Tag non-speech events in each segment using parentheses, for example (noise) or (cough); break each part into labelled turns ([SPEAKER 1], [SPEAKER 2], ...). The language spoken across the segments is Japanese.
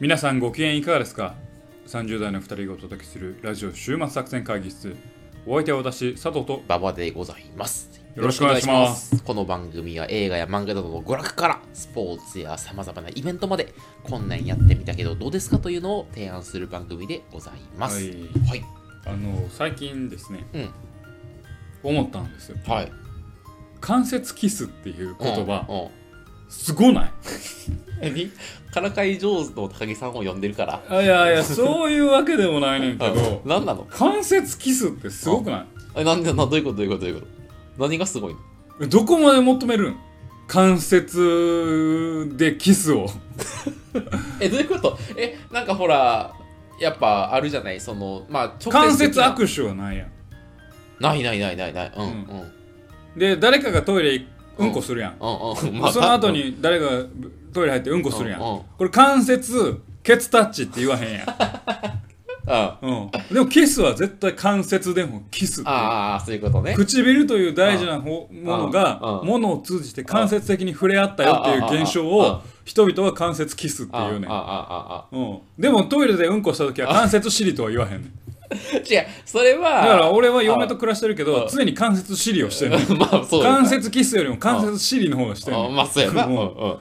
[SPEAKER 1] 皆さんご機嫌いかがですか ?30 代の2人がお届けするラジオ週末作戦会議室お相手は私佐藤と
[SPEAKER 2] 馬場でございます。。
[SPEAKER 1] よろしくお願いします
[SPEAKER 2] この番組は映画や漫画などの娯楽からスポーツやさまざまなイベントまでこんなんやってみたけどどうですかというのを提案する番組でございます。
[SPEAKER 1] はい
[SPEAKER 2] はい。
[SPEAKER 1] あの最近ですね、
[SPEAKER 2] うん
[SPEAKER 1] 思ったんですよ
[SPEAKER 2] はい。
[SPEAKER 1] 関節キスっていう言葉、
[SPEAKER 2] うん。うん
[SPEAKER 1] すごない
[SPEAKER 2] 何からかい上手の高木さんを呼んでるから。
[SPEAKER 1] あいやい
[SPEAKER 2] (laughs)
[SPEAKER 1] やそういうわけでもないねんけ
[SPEAKER 2] うん
[SPEAKER 1] ど
[SPEAKER 2] 何なの
[SPEAKER 1] 関節キスってすごくない
[SPEAKER 2] え、なんで、な、どういうことどういうことどういうこと何がすごいの
[SPEAKER 1] えどこまで求めるん関節でキスを
[SPEAKER 2] え、どういうことえ、なんかほら、やっぱあるじゃないその、まあ、直接的な
[SPEAKER 1] 関節握手はないやん
[SPEAKER 2] ないないないないない。うん、うん、うん、
[SPEAKER 1] で誰かがトイレ行くうんこするやん、
[SPEAKER 2] うん。まあ
[SPEAKER 1] その後に誰かがトイレ入ってうんこするやん、
[SPEAKER 2] うんうん
[SPEAKER 1] これ関節ケツタッチって言わへんやん、
[SPEAKER 2] うん。
[SPEAKER 1] うん、でもキスは絶対関節でもキスっていう
[SPEAKER 2] ああ、そういうことね。
[SPEAKER 1] 唇という大事なほもの
[SPEAKER 2] うん
[SPEAKER 1] が
[SPEAKER 2] うん
[SPEAKER 1] ものを通じて間接的に触れ合ったよっていう現象
[SPEAKER 2] うんうん
[SPEAKER 1] を人々は関節キスって
[SPEAKER 2] あ
[SPEAKER 1] いうね
[SPEAKER 2] ああああ
[SPEAKER 1] うん、でもトイレでうんこした時は関節尻とは言わへんねん
[SPEAKER 2] あ。違う、それは。
[SPEAKER 1] だから俺は嫁と暮らしてるけ
[SPEAKER 2] う
[SPEAKER 1] ど
[SPEAKER 2] ん
[SPEAKER 1] 常に関節尻をしてるねん
[SPEAKER 2] まあ、 (laughs) そうだ
[SPEAKER 1] 関節キスよりも関節尻の方がしてる
[SPEAKER 2] あまあ、そうやな。うん
[SPEAKER 1] う
[SPEAKER 2] うんん。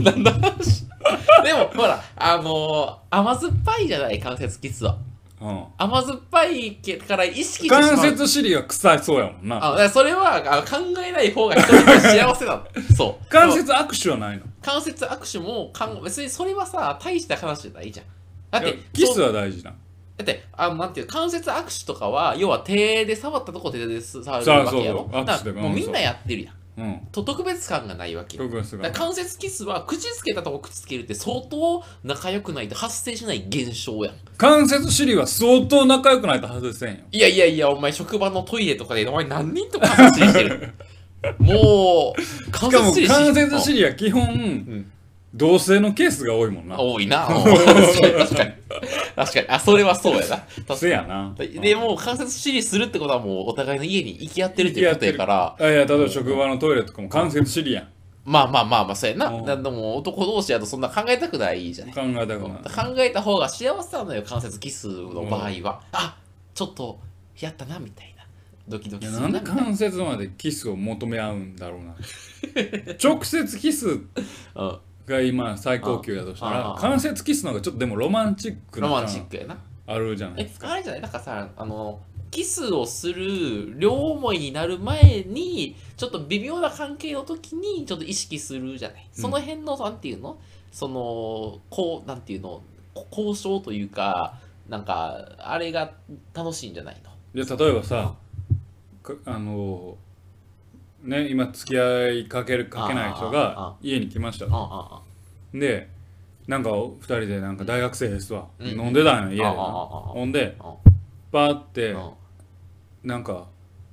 [SPEAKER 2] なんだ話でも、ほら、あのー、甘酸っぱいじゃない、関節キスは。
[SPEAKER 1] うん
[SPEAKER 2] 甘酸っぱいけから意識してしまう。
[SPEAKER 1] 関節尻は臭いそうやもんな
[SPEAKER 2] あだからそれはあ考えない方が人々は幸せな
[SPEAKER 1] (laughs)
[SPEAKER 2] の。そう。
[SPEAKER 1] 関節握手はないの
[SPEAKER 2] 関節握手もかん、別にそれはさ、大した話じゃないじゃん。だっ
[SPEAKER 1] いや
[SPEAKER 2] て、
[SPEAKER 1] キスは大事な
[SPEAKER 2] だって、あのなんていう関節握手とかは、要は手で触ったとこ手で触る
[SPEAKER 1] そう
[SPEAKER 2] わけやろ。
[SPEAKER 1] そうそう
[SPEAKER 2] だ
[SPEAKER 1] 握手と
[SPEAKER 2] から
[SPEAKER 1] か
[SPEAKER 2] もう
[SPEAKER 1] うん
[SPEAKER 2] みんなやってるやん。
[SPEAKER 1] うん
[SPEAKER 2] と特別感がないわけよ。
[SPEAKER 1] 特別
[SPEAKER 2] だから
[SPEAKER 1] 感
[SPEAKER 2] 関節キスは口つけたとこ口つけるって相当仲良くないと発生しない現象やん。
[SPEAKER 1] 関節尻は相当仲良くないと外せんよ
[SPEAKER 2] いやいやいや、お前職場のトイレとかでお前何人と関節してる (laughs) もう、関
[SPEAKER 1] しかも
[SPEAKER 2] 尻
[SPEAKER 1] 関節尻は基本
[SPEAKER 2] うん
[SPEAKER 1] 同性のケースが多いもんな
[SPEAKER 2] 多いな。うん確かに。確かに。あ、それはそうやな。確かに
[SPEAKER 1] せやな
[SPEAKER 2] でもう関節支持するってことはもうお互いの家に行き合ってるっていうことやから
[SPEAKER 1] あいや例えば職場のトイレとかも関節尻やん
[SPEAKER 2] まあまあまあまあそうやな
[SPEAKER 1] うん
[SPEAKER 2] なんでも男同士やとそんな考えたくないじゃない
[SPEAKER 1] 考えたくない
[SPEAKER 2] 考えた方が幸せなのよ関節キスの場合は、あちょっとやったなみたいなドキド
[SPEAKER 1] い
[SPEAKER 2] キ
[SPEAKER 1] や
[SPEAKER 2] する
[SPEAKER 1] な
[SPEAKER 2] なん
[SPEAKER 1] で
[SPEAKER 2] みたいな
[SPEAKER 1] 関節までキスを求め合うんだろうな直接キス
[SPEAKER 2] うん
[SPEAKER 1] が今最高級だとした
[SPEAKER 2] あ
[SPEAKER 1] ら
[SPEAKER 2] あ
[SPEAKER 1] 関節キスの方がちょっとでもロマンチック
[SPEAKER 2] ロ
[SPEAKER 1] な
[SPEAKER 2] マンチックやな
[SPEAKER 1] あるじゃない
[SPEAKER 2] えあれじゃないなんかさあのキスをする両思いになる前にちょっと微妙な関係の時にちょっと意識するじゃないその辺の、なんていうのそのこうなんていうのこ交渉というかなんかあれが楽しいんじゃないの
[SPEAKER 1] で例えばさかあのね今付き合いかけるかけない人
[SPEAKER 2] あああ
[SPEAKER 1] が
[SPEAKER 2] あ
[SPEAKER 1] 家に来ました
[SPEAKER 2] あああ
[SPEAKER 1] でなんか2人でなんか大学生ですわ、
[SPEAKER 2] うん
[SPEAKER 1] 飲んでたんよ家でな
[SPEAKER 2] あああああ
[SPEAKER 1] ほんで
[SPEAKER 2] あ
[SPEAKER 1] バーって
[SPEAKER 2] あ
[SPEAKER 1] なんか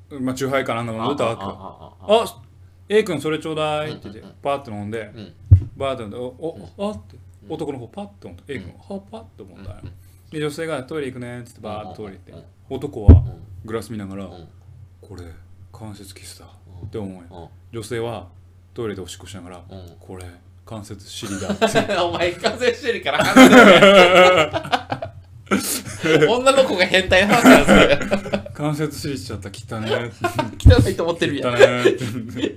[SPEAKER 1] まあチューハイかなんか飲んでたわけよ
[SPEAKER 2] あああ
[SPEAKER 1] あ A 君それちょうだいって言って
[SPEAKER 2] うんうんうん
[SPEAKER 1] パーって飲んで
[SPEAKER 2] うん
[SPEAKER 1] バーって飲んでおおあって男の方パッと思った A 君はパッと思ったんよ
[SPEAKER 2] うん
[SPEAKER 1] で女性がトイレ行くねっつってバーってトイレ行
[SPEAKER 2] うん
[SPEAKER 1] っ
[SPEAKER 2] うん
[SPEAKER 1] て男は
[SPEAKER 2] うん
[SPEAKER 1] グラス見ながら
[SPEAKER 2] うん
[SPEAKER 1] これ関節キスだって思うよ
[SPEAKER 2] うん
[SPEAKER 1] 女性はトイレでおしっこしながら、
[SPEAKER 2] うん
[SPEAKER 1] これ関節尻だ (laughs) って
[SPEAKER 2] (laughs) お前完成してるから離れろ女の子が変態な話なんですよ
[SPEAKER 1] 関節尻しちゃった汚
[SPEAKER 2] (laughs)
[SPEAKER 1] ね
[SPEAKER 2] 汚いと思ってるや
[SPEAKER 1] 汚
[SPEAKER 2] ん。
[SPEAKER 1] ねって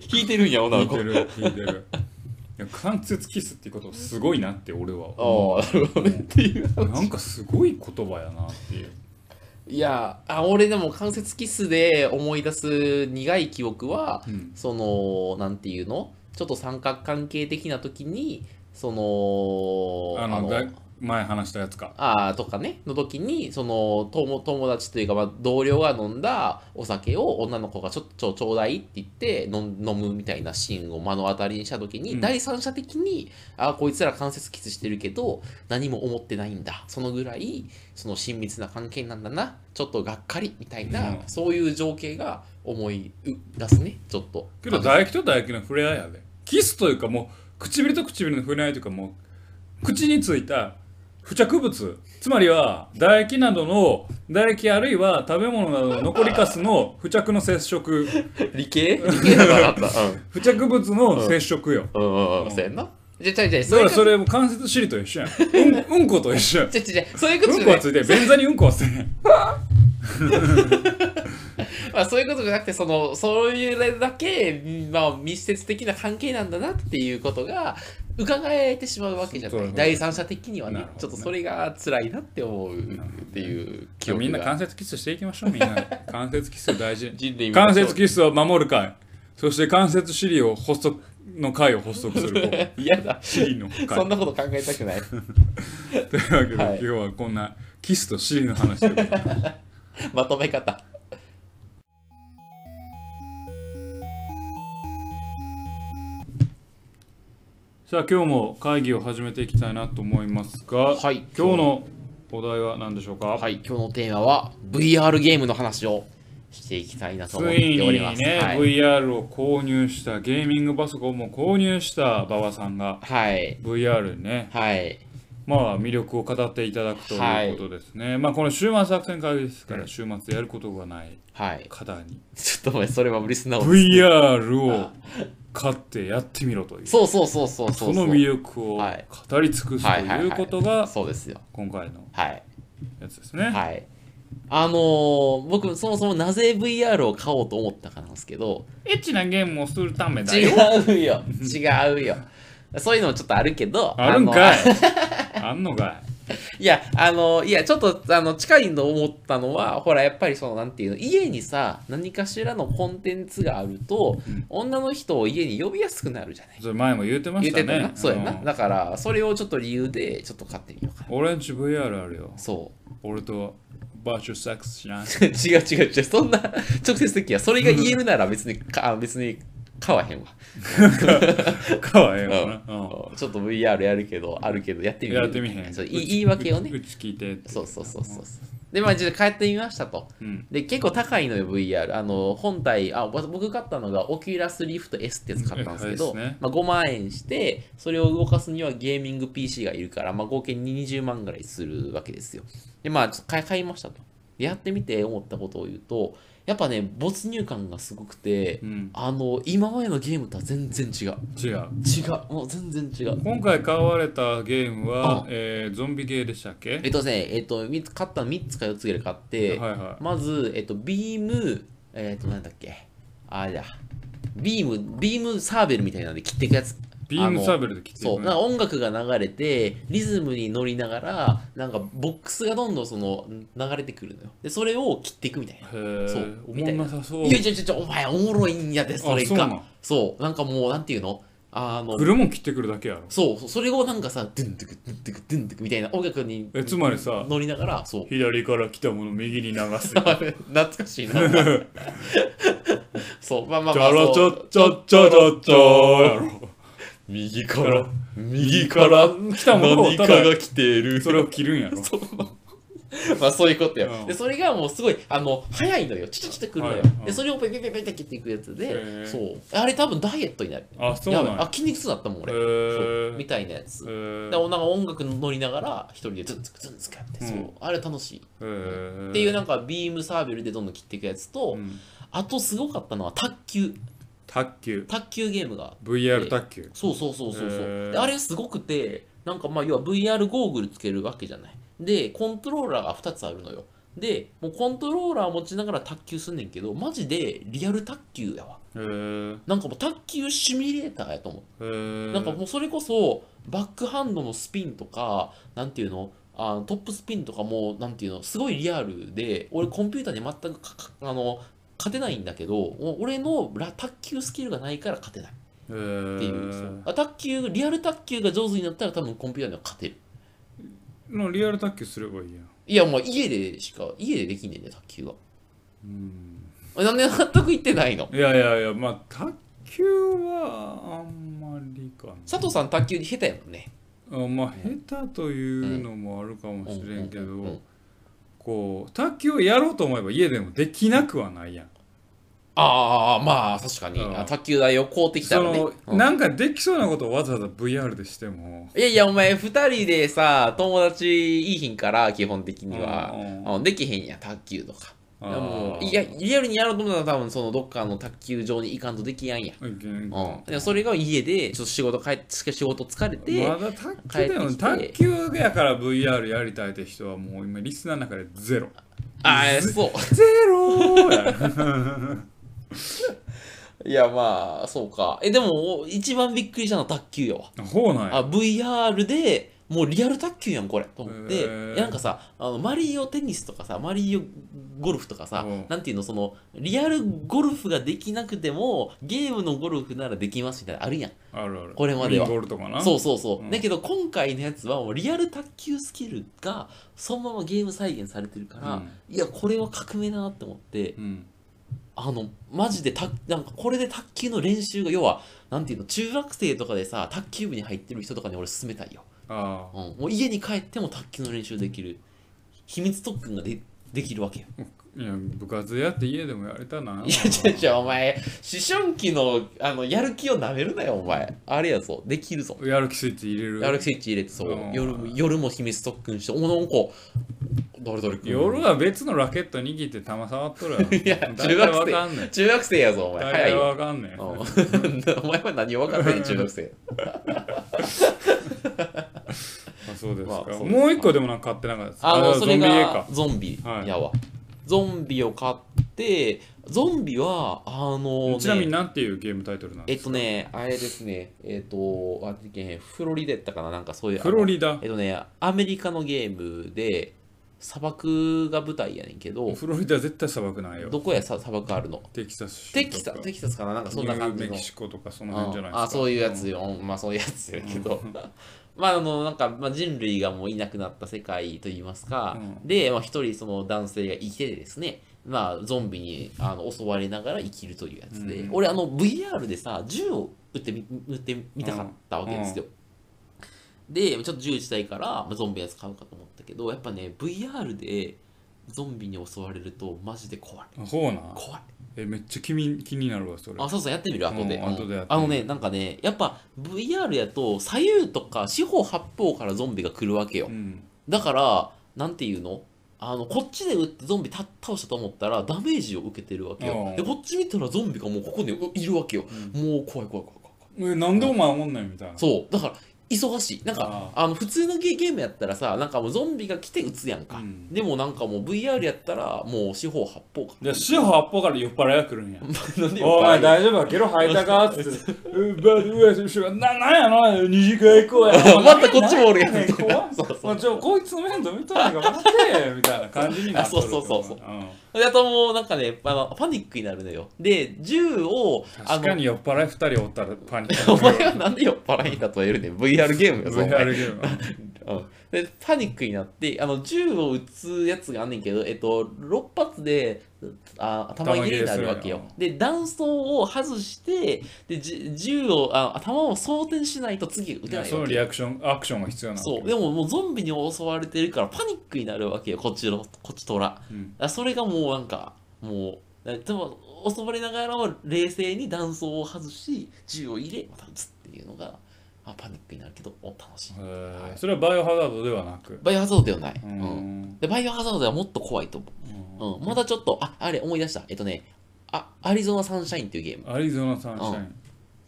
[SPEAKER 2] 聞いてるんや、女
[SPEAKER 1] 聞
[SPEAKER 2] の
[SPEAKER 1] い
[SPEAKER 2] 子
[SPEAKER 1] て。る聞いてるいや関節キスっていうことすごいなって俺は思
[SPEAKER 2] ああ、なるほどね。っていう。
[SPEAKER 1] うなんかすごい言葉やなっていう
[SPEAKER 2] いや、あ俺でも関節キスで思い出す苦い記憶は、
[SPEAKER 1] うん
[SPEAKER 2] その、なんていうのちょっと三角関係的な時に、その、
[SPEAKER 1] あのだ前話したやつか
[SPEAKER 2] あーとかねの時にその友友達というか、まあ、同僚が飲んだお酒を女の子がちょっとちょちょうだいって言って飲ん飲むみたいなシーンを目の当たりにした時に、
[SPEAKER 1] うん
[SPEAKER 2] 第三者的にあーこいつら関節キスしてるけど何も思ってないんだそのぐらいその親密な関係なんだなちょっとがっかりみたいな、
[SPEAKER 1] うん
[SPEAKER 2] そういう情景が思い出すねちょっと。
[SPEAKER 1] けど唾液と唾液の触れ合いやでキスというかもう唇と唇の触れ合いというかもう口についた付着物つまりは唾液などの唾液あるいは食べ物などの残りかすの付着の接触
[SPEAKER 2] 理系理系だからあった。うん
[SPEAKER 1] 付着物の接触よ、
[SPEAKER 2] うんうんうん、そうやんな。じゃじゃじゃ
[SPEAKER 1] だ
[SPEAKER 2] そう
[SPEAKER 1] から
[SPEAKER 2] いうこと
[SPEAKER 1] それも関節尻と一緒やん。うん、うんこと一緒やん。
[SPEAKER 2] じゃじゃじゃそういうこと
[SPEAKER 1] う
[SPEAKER 2] じ
[SPEAKER 1] ん
[SPEAKER 2] ゃ
[SPEAKER 1] こ
[SPEAKER 2] な
[SPEAKER 1] はいついて、便座にうんこはついてへん。
[SPEAKER 2] (laughs) まあ、そういうことじゃなくてそのそういうだけ、まあ、密接的な関係なんだなっていうことが伺えてしまうわけじゃ
[SPEAKER 1] そう
[SPEAKER 2] な
[SPEAKER 1] そうそ
[SPEAKER 2] い
[SPEAKER 1] う
[SPEAKER 2] 第三者的にはね
[SPEAKER 1] なるほどね
[SPEAKER 2] ちょっとそれが辛いなって思うっていう記憶が
[SPEAKER 1] みんな関節キスしていきましょう、みんなで。関節キス大事。
[SPEAKER 2] 人類
[SPEAKER 1] 関節
[SPEAKER 2] ス
[SPEAKER 1] キスを守る会。そして関節尻を発足の会を発足するこう。
[SPEAKER 2] 嫌だ
[SPEAKER 1] 尻の会。
[SPEAKER 2] そんなこと考えたくない (laughs)
[SPEAKER 1] というわけで、
[SPEAKER 2] はい
[SPEAKER 1] 今日はこんなキスと尻の話で
[SPEAKER 2] (laughs)
[SPEAKER 1] ございます
[SPEAKER 2] まとめ方
[SPEAKER 1] さあ今日も会議を始めていきたいなと思いますが、
[SPEAKER 2] はい
[SPEAKER 1] 今日のお題は何でしょうか、
[SPEAKER 2] はい今日のテーマは VR ゲームの話をしていきたいな
[SPEAKER 1] つ
[SPEAKER 2] と思っ
[SPEAKER 1] い
[SPEAKER 2] ておりま
[SPEAKER 1] に
[SPEAKER 2] す
[SPEAKER 1] ね、
[SPEAKER 2] はい、
[SPEAKER 1] VR を購入したゲーミングパソコンも購入した馬場さんが
[SPEAKER 2] はい、
[SPEAKER 1] VR にね
[SPEAKER 2] はい
[SPEAKER 1] まあ魅力を語っていただくということですね、まあこの週末作戦会議ですから週末やることがない
[SPEAKER 2] はい
[SPEAKER 1] 方に
[SPEAKER 2] ちょっとお前それはリスナーを
[SPEAKER 1] VR を買ってやってみろという
[SPEAKER 2] そうそうそうそうそ
[SPEAKER 1] そう
[SPEAKER 2] そ
[SPEAKER 1] の
[SPEAKER 2] う
[SPEAKER 1] 魅力を
[SPEAKER 2] はい
[SPEAKER 1] 語り尽くすということが
[SPEAKER 2] そうですよ
[SPEAKER 1] 今回の
[SPEAKER 2] はい
[SPEAKER 1] やつですね、
[SPEAKER 2] はいあのー僕そもそもなぜ VR を買おうと思ったかなんですけど
[SPEAKER 1] エッチなゲームをするためだよ
[SPEAKER 2] 違うよ違うよそういうのもちょっとあるけど
[SPEAKER 1] あるん
[SPEAKER 2] の
[SPEAKER 1] かいあんのか
[SPEAKER 2] いや、あの、いや、ちょっと、あの、近いの思ったのは、ほら、やっぱりその、なんていうの、家にさ、何かしらのコンテンツがあると、女の人を家に呼びやすくなるじゃない。
[SPEAKER 1] いそれ前も言うてま
[SPEAKER 2] 言
[SPEAKER 1] し
[SPEAKER 2] ったて
[SPEAKER 1] ね
[SPEAKER 2] たな。そうやな。
[SPEAKER 1] ん
[SPEAKER 2] だから、それをちょっと理由で、ちょっと買ってみようかな。
[SPEAKER 1] 俺んち VR あるよ
[SPEAKER 2] そ
[SPEAKER 1] 俺とバーチャルセックスしない
[SPEAKER 2] う。違う違う違う。そんな、直接的や。それが言えるなら別に、かあ別に、買わへんわ。
[SPEAKER 1] (laughs) かわいいわな、う
[SPEAKER 2] ちょっと VR やるけど、あるけど、やって
[SPEAKER 1] ん
[SPEAKER 2] みる
[SPEAKER 1] やってみへん
[SPEAKER 2] そう
[SPEAKER 1] う
[SPEAKER 2] い
[SPEAKER 1] ち
[SPEAKER 2] 言い訳をね
[SPEAKER 1] う。うち聞いてって
[SPEAKER 2] そうそうそうそう。で、まあ、実際帰ってみましたと。
[SPEAKER 1] うん
[SPEAKER 2] で、結構高いのよ、VR。あの、本体、あ、わ僕買ったのが、オキュラスリフト S ってやつ買ったんですけ
[SPEAKER 1] うん
[SPEAKER 2] ど、
[SPEAKER 1] 高いですね
[SPEAKER 2] まあ、5万円して、それを動かすにはゲーミング PC がいるから、まあ、合計20万ぐらいするわけですよ。で、まあ、ちょっと買い買いましたと。でやってみて思ったことを言うと、やっぱね、没入感がすごくて
[SPEAKER 1] う、ん
[SPEAKER 2] あの、今までのゲームとは全然違う。
[SPEAKER 1] 違う
[SPEAKER 2] 違う。もう全然違う。
[SPEAKER 1] 今回買われたゲームは
[SPEAKER 2] うん、
[SPEAKER 1] えー、ゾンビゲーでしたっけ
[SPEAKER 2] えっとですね、えっと、み買ったの3つか4つぐらい買って、
[SPEAKER 1] はいはい
[SPEAKER 2] まず、えっと、ビーム、えっと、なんだっけ、あれだ、ビーム、ビームサーベルみたいなんで切っていくやつ。
[SPEAKER 1] ビームサー
[SPEAKER 2] ル
[SPEAKER 1] ベルで切ってい
[SPEAKER 2] そう、
[SPEAKER 1] く
[SPEAKER 2] なん
[SPEAKER 1] ね
[SPEAKER 2] か音楽が流れて、リズムに乗りながら、なんかボックスがどんどんその流れてくるのよ。で、それを切っていくみたいな。
[SPEAKER 1] へえ
[SPEAKER 2] そう
[SPEAKER 1] お
[SPEAKER 2] み
[SPEAKER 1] も
[SPEAKER 2] たい
[SPEAKER 1] ん
[SPEAKER 2] な
[SPEAKER 1] なさそう
[SPEAKER 2] いやいやいやいや、お前おもろいんやで、それ
[SPEAKER 1] あそうなん
[SPEAKER 2] が。そう、なんかもう、なんていうのあの
[SPEAKER 1] 来、るもん切ってくるだけやろ
[SPEAKER 2] そう、それをなんかさ、ドゥンドゥク、ドゥンドゥク、ドゥンドゥクみたいな音楽に
[SPEAKER 1] えつまりさ
[SPEAKER 2] 乗りながら、そう。
[SPEAKER 1] 左から来たものを右に流す
[SPEAKER 2] 懐かし
[SPEAKER 1] (laughs)
[SPEAKER 2] いな。そう、まあまあ
[SPEAKER 1] チ
[SPEAKER 2] まあ
[SPEAKER 1] ャラチ
[SPEAKER 2] そ
[SPEAKER 1] ャ
[SPEAKER 2] う。
[SPEAKER 1] チャチャチャチャやろ
[SPEAKER 2] 右から、右
[SPEAKER 1] 右
[SPEAKER 2] か
[SPEAKER 1] からら、来たものを
[SPEAKER 2] 何
[SPEAKER 1] た
[SPEAKER 2] か
[SPEAKER 1] だ
[SPEAKER 2] が来ている。
[SPEAKER 1] それを切るんやろ
[SPEAKER 2] まあそういうことよ
[SPEAKER 1] う。ん
[SPEAKER 2] で、それがもうすごい、あの、早いのよ。チュチュチュってくるのよ
[SPEAKER 1] はいうん。
[SPEAKER 2] で、それをペペペペって切っていくやつで、
[SPEAKER 1] へー
[SPEAKER 2] そう。あれ多分ダイエットになる。
[SPEAKER 1] あそうなん
[SPEAKER 2] やばいあ
[SPEAKER 1] や、
[SPEAKER 2] 筋肉痛だったもん、
[SPEAKER 1] へ
[SPEAKER 2] 俺。
[SPEAKER 1] ー
[SPEAKER 2] そうみたいなやつ。
[SPEAKER 1] へ
[SPEAKER 2] で、
[SPEAKER 1] ー
[SPEAKER 2] なんか音楽乗りながら、一人でズンズクズンズクやって、そう
[SPEAKER 1] うん。
[SPEAKER 2] あれ楽しい。
[SPEAKER 1] へー
[SPEAKER 2] っていうなんか、ビームサーベルでどんどん切っていくやつと
[SPEAKER 1] う、ん
[SPEAKER 2] あとすごかったのは卓球。
[SPEAKER 1] 卓球
[SPEAKER 2] 卓球ゲームが
[SPEAKER 1] VR 卓球
[SPEAKER 2] そうそうそうそうそう、
[SPEAKER 1] へー
[SPEAKER 2] であれすごくてなんかまあ要は VR ゴーグルつけるわけじゃないでコントローラーが2つあるのよでもうコントローラー持ちながら卓球すんねんけどマジでリアル卓球やわ
[SPEAKER 1] へー
[SPEAKER 2] なんかもう卓球シミュレーターやと思う
[SPEAKER 1] へー
[SPEAKER 2] なんかもうそれこそバックハンドのスピンとかなんていうのあのトップスピンとかもなんていうのすごいリアルで俺コンピューターで全くかかあの勝てないんだけどお俺のラ卓球スキルがないから勝てない
[SPEAKER 1] へ
[SPEAKER 2] っていうそ
[SPEAKER 1] ー
[SPEAKER 2] うあ卓球リアル卓球が上手になったら多分コンピューターには勝てる
[SPEAKER 1] のリアル卓球すればいいやん
[SPEAKER 2] いやもう家でしか家でできんねんね卓球は
[SPEAKER 1] うん
[SPEAKER 2] あなんで納得いってないの
[SPEAKER 1] (laughs) いやいやいやまあ卓球はあんまりかな
[SPEAKER 2] 佐藤さん卓球下手やもんね
[SPEAKER 1] あまあ下手というのもあるかもしれんけ
[SPEAKER 2] うんうんうんうん
[SPEAKER 1] どこう卓球をやろうと思えば家でもできなくはないやん
[SPEAKER 2] ああまあ確かに、
[SPEAKER 1] うん
[SPEAKER 2] あ卓球台をこうってきた
[SPEAKER 1] そ
[SPEAKER 2] らね
[SPEAKER 1] の、
[SPEAKER 2] うん
[SPEAKER 1] なんかできそうなことをわざわざ VR でしても
[SPEAKER 2] いやいやお前2人でさ友達いいひんから基本的には、
[SPEAKER 1] うん
[SPEAKER 2] あのできへんやん卓球とか
[SPEAKER 1] あ
[SPEAKER 2] いやも
[SPEAKER 1] ー
[SPEAKER 2] ういやリアルにやろうと思ったら多分そのどっかの卓球場に行かんとできやんや、
[SPEAKER 1] うんうん
[SPEAKER 2] うん、でもそれが家でちょっと仕事帰って仕事疲れて、
[SPEAKER 1] まだ卓球だよ
[SPEAKER 2] 帰っ
[SPEAKER 1] ね
[SPEAKER 2] てきて
[SPEAKER 1] 卓球やから VR やりたいって人はもう今リスナーの中でゼロ
[SPEAKER 2] ああそ
[SPEAKER 1] ゼロや
[SPEAKER 2] ういやまあそうかえでも一番びっくりしたのは卓球やわ
[SPEAKER 1] (laughs) ほうなん
[SPEAKER 2] あ
[SPEAKER 1] や
[SPEAKER 2] VR でもうリアル卓球やんこれと思って、
[SPEAKER 1] へー
[SPEAKER 2] なんかさあのマリオテニスとかさマリオゴルフとかさ、
[SPEAKER 1] うん
[SPEAKER 2] なんていうのそのリアルゴルフができなくてもゲームのゴルフならできますみたいなのあるやん
[SPEAKER 1] あるある
[SPEAKER 2] これまでは
[SPEAKER 1] ウィンゴールとかな
[SPEAKER 2] そうそうそう、
[SPEAKER 1] うん
[SPEAKER 2] だけど今回のやつはもうリアル卓球スキルがそのままゲーム再現されてるから、
[SPEAKER 1] うん
[SPEAKER 2] いやこれは革命だなって思って、
[SPEAKER 1] うん
[SPEAKER 2] あのマジでたなんかこれで卓球の練習が要はなんていうの中学生とかでさ卓球部に入ってる人とかに俺勧めたいよ
[SPEAKER 1] あ
[SPEAKER 2] うん、もう家に帰っても卓球の練習できる秘密特訓がでできるわけよ。
[SPEAKER 1] あいや部活やって家でもやれたない
[SPEAKER 2] や違う違うお前思春期のあのやる気をなめるなよお前あれやぞできるぞ
[SPEAKER 1] やる気スイッチ入れる
[SPEAKER 2] やる気スイッチ入れてそう
[SPEAKER 1] うん
[SPEAKER 2] 夜も夜も秘密特訓しておなんか誰誰君
[SPEAKER 1] 夜は別のラケット握って球触っとるやろ
[SPEAKER 2] いや
[SPEAKER 1] 大体
[SPEAKER 2] 中学
[SPEAKER 1] わ
[SPEAKER 2] 生
[SPEAKER 1] かんねん
[SPEAKER 2] 中学生やぞお前
[SPEAKER 1] 大
[SPEAKER 2] 早い
[SPEAKER 1] 体
[SPEAKER 2] よ
[SPEAKER 1] わかんね
[SPEAKER 2] うん (laughs)
[SPEAKER 1] ん
[SPEAKER 2] お前は何を分かんないね中学生
[SPEAKER 1] あそうです
[SPEAKER 2] まあそうで
[SPEAKER 1] か
[SPEAKER 2] すか
[SPEAKER 1] もう一個でもなんか買ってなかったです
[SPEAKER 2] あのそ
[SPEAKER 1] ゾンビ
[SPEAKER 2] れ
[SPEAKER 1] 映
[SPEAKER 2] が
[SPEAKER 1] 画
[SPEAKER 2] ゾンビ
[SPEAKER 1] はい
[SPEAKER 2] やわゾンビを買ってゾンビはあのね
[SPEAKER 1] ちなみになんていうゲームタイトルなんで
[SPEAKER 2] えっ
[SPEAKER 1] す
[SPEAKER 2] と
[SPEAKER 1] か
[SPEAKER 2] ね、あれですね、えっ、と、あでけへんフロリダやったかな、なんかそういう。
[SPEAKER 1] フロ
[SPEAKER 2] ダ
[SPEAKER 1] リダ
[SPEAKER 2] えっとね、アメリカのゲームで、砂漠が舞台やねんけど、
[SPEAKER 1] フロリダ絶対砂漠ないよ
[SPEAKER 2] どこやさ砂漠あるの
[SPEAKER 1] テキサス州
[SPEAKER 2] テキ
[SPEAKER 1] と
[SPEAKER 2] サ
[SPEAKER 1] か
[SPEAKER 2] テキサスかな、なんかそんな感
[SPEAKER 1] ニュ
[SPEAKER 2] じ
[SPEAKER 1] ー
[SPEAKER 2] の
[SPEAKER 1] メキ。シコとかその辺じゃないです
[SPEAKER 2] あ
[SPEAKER 1] か
[SPEAKER 2] あそういうやつよ、うんまあそういうやつやけど、 (laughs) まああのなんか、まあ、人類がもういなくなった世界といいますか、
[SPEAKER 1] う
[SPEAKER 2] で、まあ、一人その男性が生きててですねまあゾンビにあの襲われながら生きるというやつで、
[SPEAKER 1] うん
[SPEAKER 2] 俺あの VR でさ銃を撃ってみ撃ってみたかったわけですよ、でちょっと銃自体から、まあ、ゾンビやつ買うかと思ったけどやっぱね VR でゾンビに襲われるとマジで怖い
[SPEAKER 1] あほうな
[SPEAKER 2] 怖い
[SPEAKER 1] えめっちゃ気に気になるわそれ
[SPEAKER 2] あ、そうそう、やってみる、後で。
[SPEAKER 1] うん後でやってみる
[SPEAKER 2] あのね、なんかね、やっぱ VR やと、左右とか四方八方からゾンビが来るわけよ
[SPEAKER 1] う。ん
[SPEAKER 2] だから、なんていうのあの、こっちで撃ってゾンビた倒したと思ったら、ダメージを受けてるわけ
[SPEAKER 1] う
[SPEAKER 2] よ
[SPEAKER 1] ん。
[SPEAKER 2] で、こっち見たらゾンビがもうここにういるわけよ。もう怖い怖い怖い怖い怖い。
[SPEAKER 1] えなんでお前おもんないみたいな
[SPEAKER 2] そう、だから、忙しい。なんか、あの、普通のゲゲームやったらさ、なんかもうゾンビが来て撃つやんか。
[SPEAKER 1] うん
[SPEAKER 2] でもなんかもう VR やったら、もう四方八
[SPEAKER 1] (laughs)。
[SPEAKER 2] 方か
[SPEAKER 1] じゃあ四方八方から酔っ払いが来るんや
[SPEAKER 2] なんでよ
[SPEAKER 1] おい大丈夫かゲロ吐いたかっつ
[SPEAKER 2] (laughs)
[SPEAKER 1] ってうばうわしななんやな二次会行こう
[SPEAKER 2] (laughs)
[SPEAKER 1] や
[SPEAKER 2] またこっちもおるやん
[SPEAKER 1] ね (laughs) ん怖っ
[SPEAKER 2] そうそう
[SPEAKER 1] もうちょこいつの面倒見とるから待てみたいな感じになっとる
[SPEAKER 2] あそうそうそうそうんであともうなんかねあのパニックになるのよで銃をあ
[SPEAKER 1] 確か
[SPEAKER 2] の
[SPEAKER 1] に酔っ払い二人おったらパニック
[SPEAKER 2] お前はなんで酔っ払いに例えるねん VR ゲームよそんな
[SPEAKER 1] VR ゲーム
[SPEAKER 2] うんでパニックになってあの銃を撃つやつがあんねんけど、えっと、6発であ頭切れになるわけよ
[SPEAKER 1] 弾切
[SPEAKER 2] で弾倉を外してでじ銃をあ頭を装填しないと次撃
[SPEAKER 1] い
[SPEAKER 2] て
[SPEAKER 1] や
[SPEAKER 2] ない
[SPEAKER 1] そ
[SPEAKER 2] わ
[SPEAKER 1] の
[SPEAKER 2] け
[SPEAKER 1] リ
[SPEAKER 2] よ
[SPEAKER 1] アクションアクションが必要な
[SPEAKER 2] そうでももうゾンビに襲われてるからパニックになるわけよこっちのこっちとら
[SPEAKER 1] うん
[SPEAKER 2] あそれがもうなんかもうでも襲われながらも冷静に弾倉を外し銃を入れまた撃つっていうのが、あ、パニックになるけどお楽しい
[SPEAKER 1] へーそれはバイオハザードではなく
[SPEAKER 2] バイオハザードではない、
[SPEAKER 1] う
[SPEAKER 2] うん
[SPEAKER 1] ん
[SPEAKER 2] でバイオハザードではもっと怖いと思う、うん、まだちょっとああれ思い出したえっとねあアリゾナサンシャインっていうゲームっ
[SPEAKER 1] アリゾナサンシャイン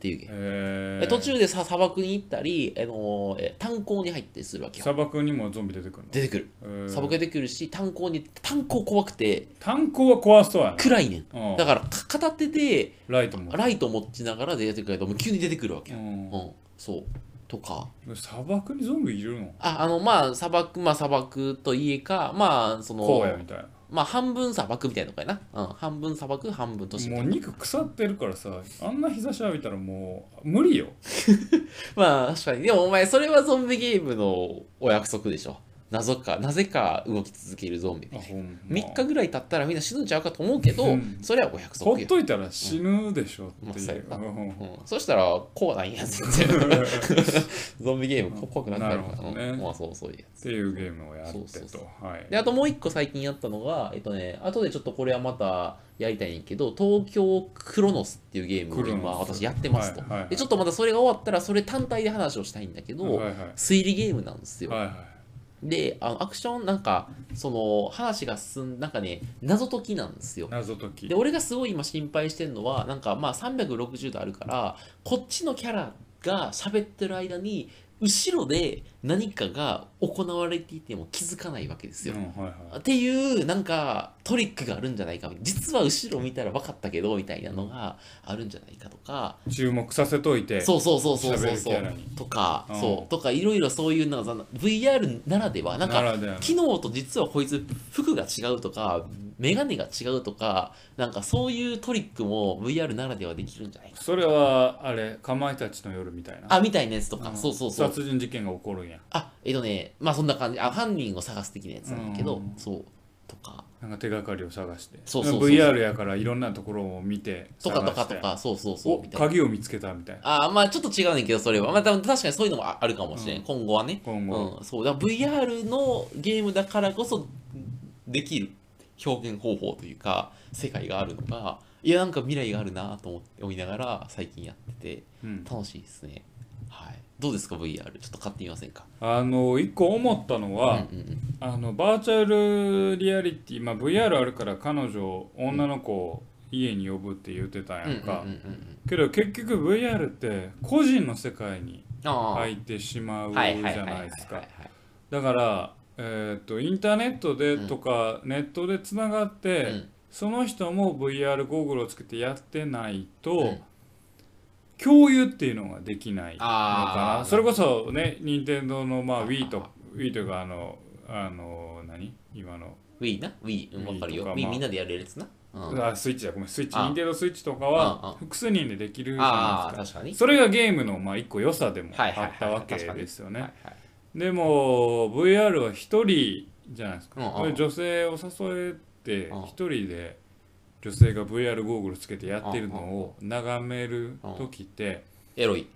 [SPEAKER 2] ていうゲーム、
[SPEAKER 1] え
[SPEAKER 2] え途中でさ砂漠に行ったり、あのーえ炭鉱に入ったりするわけよ
[SPEAKER 1] 砂漠にもゾンビ出てくるの
[SPEAKER 2] 出てくる
[SPEAKER 1] へー
[SPEAKER 2] 砂漠出てくるし炭鉱に炭鉱怖くて
[SPEAKER 1] 炭鉱は怖そうや
[SPEAKER 2] 暗いねん
[SPEAKER 1] な
[SPEAKER 2] だからか片手で
[SPEAKER 1] うんライトも
[SPEAKER 2] ライト持ちながら出てくるけどもう急に出てくるわけ
[SPEAKER 1] う
[SPEAKER 2] よ、
[SPEAKER 1] ん
[SPEAKER 2] うん、そうとか
[SPEAKER 1] 砂漠にゾンビいるの
[SPEAKER 2] ああのまあ砂漠まあ砂漠といえかまあその
[SPEAKER 1] 荒野みたいな
[SPEAKER 2] まあ半分砂漠みたいなのかな、うん、半分砂漠半分都市みた
[SPEAKER 1] も
[SPEAKER 2] いうな
[SPEAKER 1] 肉腐ってるからさあんな日差し浴びたらもう無
[SPEAKER 2] (laughs)
[SPEAKER 1] 理よ
[SPEAKER 2] まあ確かにでもお前それはゾンビゲームのお約束でしょ謎かなぜか動き続けるゾンビ
[SPEAKER 1] あ
[SPEAKER 2] みたい
[SPEAKER 1] ほんま
[SPEAKER 2] な3日ぐらい経ったらみんな死ぬんちゃうかと思うけど、
[SPEAKER 1] うん
[SPEAKER 2] それはお約
[SPEAKER 1] ほ
[SPEAKER 2] 束
[SPEAKER 1] っ
[SPEAKER 2] よ、
[SPEAKER 1] といたら死ぬでしょって
[SPEAKER 2] まあそう
[SPEAKER 1] い
[SPEAKER 2] や
[SPEAKER 1] う
[SPEAKER 2] な
[SPEAKER 1] うん
[SPEAKER 2] うん、そしたら怖な
[SPEAKER 1] (laughs)
[SPEAKER 2] いや全然ゾンビゲーム怖くなくなるから
[SPEAKER 1] なるほどね
[SPEAKER 2] うんまあそうそういうやつ
[SPEAKER 1] っていうゲームをやってと
[SPEAKER 2] そうそう
[SPEAKER 1] はい
[SPEAKER 2] であともう一個最近やったのがえっとね後でちょっとこれはまたやりたいねんけど東京クロノスっていうゲームを
[SPEAKER 1] クロ
[SPEAKER 2] 今
[SPEAKER 1] ノス
[SPEAKER 2] 私やってますと、
[SPEAKER 1] はいはいはい
[SPEAKER 2] でちょっとまたそれが終わったらそれ単体で話をしたいんだけど、
[SPEAKER 1] はいはい
[SPEAKER 2] 推理ゲームなんですよ、
[SPEAKER 1] はいは
[SPEAKER 2] であのアクションなんかその話が進んなんかね謎解きなんですよ
[SPEAKER 1] 謎解き
[SPEAKER 2] で俺がすごい今心配してるのはなんかまあ360度あるからこっちのキャラが喋ってる間に後ろで何かが行われていても気づかないわけですよ
[SPEAKER 1] う。んはいはい
[SPEAKER 2] っていうなんかトリックがあるんじゃないか実は後ろ見たら分かったけどみたいなのがあるんじゃないかとか
[SPEAKER 1] 注目させといて
[SPEAKER 2] そうそうそうそうそ
[SPEAKER 1] 喋
[SPEAKER 2] うそ
[SPEAKER 1] るキャラ
[SPEAKER 2] う
[SPEAKER 1] に
[SPEAKER 2] とか、
[SPEAKER 1] うん
[SPEAKER 2] そうとかいろいろそういうなんかその VR ならではなん
[SPEAKER 1] な
[SPEAKER 2] から
[SPEAKER 1] ではの
[SPEAKER 2] 機能と実はこいつ服が違うとか眼鏡が違うとかなんかそういうトリックも VR ならではできるんじゃないか
[SPEAKER 1] それはあれかまいたちの夜みたいな
[SPEAKER 2] あみたいなやつとか、
[SPEAKER 1] ん
[SPEAKER 2] そうそうそう
[SPEAKER 1] 殺人事件が起こるんや
[SPEAKER 2] あえっとねまあそんな感じあ犯人を探す的なやつなんだけど、
[SPEAKER 1] うん
[SPEAKER 2] そうとか
[SPEAKER 1] なんか手がかりを探して
[SPEAKER 2] そうそうそう
[SPEAKER 1] VR やからいろんなところを見て
[SPEAKER 2] とかとか
[SPEAKER 1] 探して
[SPEAKER 2] とかそうそうそう
[SPEAKER 1] お
[SPEAKER 2] みたいな
[SPEAKER 1] 鍵を見つけたみたいな
[SPEAKER 2] あーまあちょっと違うねんけどそれはまあ多分確かにそういうのもああるかもしれん、
[SPEAKER 1] うん
[SPEAKER 2] 今後はね
[SPEAKER 1] 今後
[SPEAKER 2] うん、そうだから VR のゲームだからこそできる表現方法というか世界があるのがいやなんか未来があるなと思って思いながら最近やってて
[SPEAKER 1] うん
[SPEAKER 2] 楽しいですねはいどうですか VR ちょっと買ってみませんか
[SPEAKER 1] あの一個思ったの
[SPEAKER 2] うんう
[SPEAKER 1] は
[SPEAKER 2] ん
[SPEAKER 1] あのバーチャルリアリティまあ VR あるから彼女女の子を家に呼ぶって言ってた
[SPEAKER 2] うんうん
[SPEAKER 1] や
[SPEAKER 2] うんんうん
[SPEAKER 1] か
[SPEAKER 2] うんうん
[SPEAKER 1] けど結局 VR って個人の世界に
[SPEAKER 2] あー
[SPEAKER 1] 入ってしまうじ
[SPEAKER 2] はいは
[SPEAKER 1] ゃ
[SPEAKER 2] いはいは
[SPEAKER 1] ない
[SPEAKER 2] はいい
[SPEAKER 1] ですかだから、えー、とインターネットでとか、ネットでつながって、
[SPEAKER 2] うん
[SPEAKER 1] その人も VR ゴーグルをつけてやってないと、
[SPEAKER 2] うん
[SPEAKER 1] 共有っていうのができないのか
[SPEAKER 2] あ
[SPEAKER 1] な
[SPEAKER 2] ー
[SPEAKER 1] それこそね任天堂のま
[SPEAKER 2] あ
[SPEAKER 1] あ Wii
[SPEAKER 2] ー
[SPEAKER 1] と Wii というかあのあの何今の、
[SPEAKER 2] Wii な Wii うんわかる
[SPEAKER 1] Wii と
[SPEAKER 2] よ
[SPEAKER 1] か
[SPEAKER 2] Wii
[SPEAKER 1] まあ
[SPEAKER 2] みんなでやれるやつなうんあ
[SPEAKER 1] あスイッチだごめんスイッチ
[SPEAKER 2] あー
[SPEAKER 1] 任天堂スイッチとか
[SPEAKER 2] あー
[SPEAKER 1] は
[SPEAKER 2] あー
[SPEAKER 1] 複数人でできるじゃ
[SPEAKER 2] あー
[SPEAKER 1] ないですか
[SPEAKER 2] 確かに
[SPEAKER 1] それがゲームのまあ一個良さでも
[SPEAKER 2] はいはいはい
[SPEAKER 1] あったわけ
[SPEAKER 2] 確かに
[SPEAKER 1] ですよ
[SPEAKER 2] は
[SPEAKER 1] ね
[SPEAKER 2] いはい
[SPEAKER 1] でも VR は一人じゃないですか、
[SPEAKER 2] うんうん
[SPEAKER 1] これ女性を誘えて
[SPEAKER 2] うん
[SPEAKER 1] 一人で女性が VR ゴーグルつけてやってるのを眺める時って
[SPEAKER 2] エロい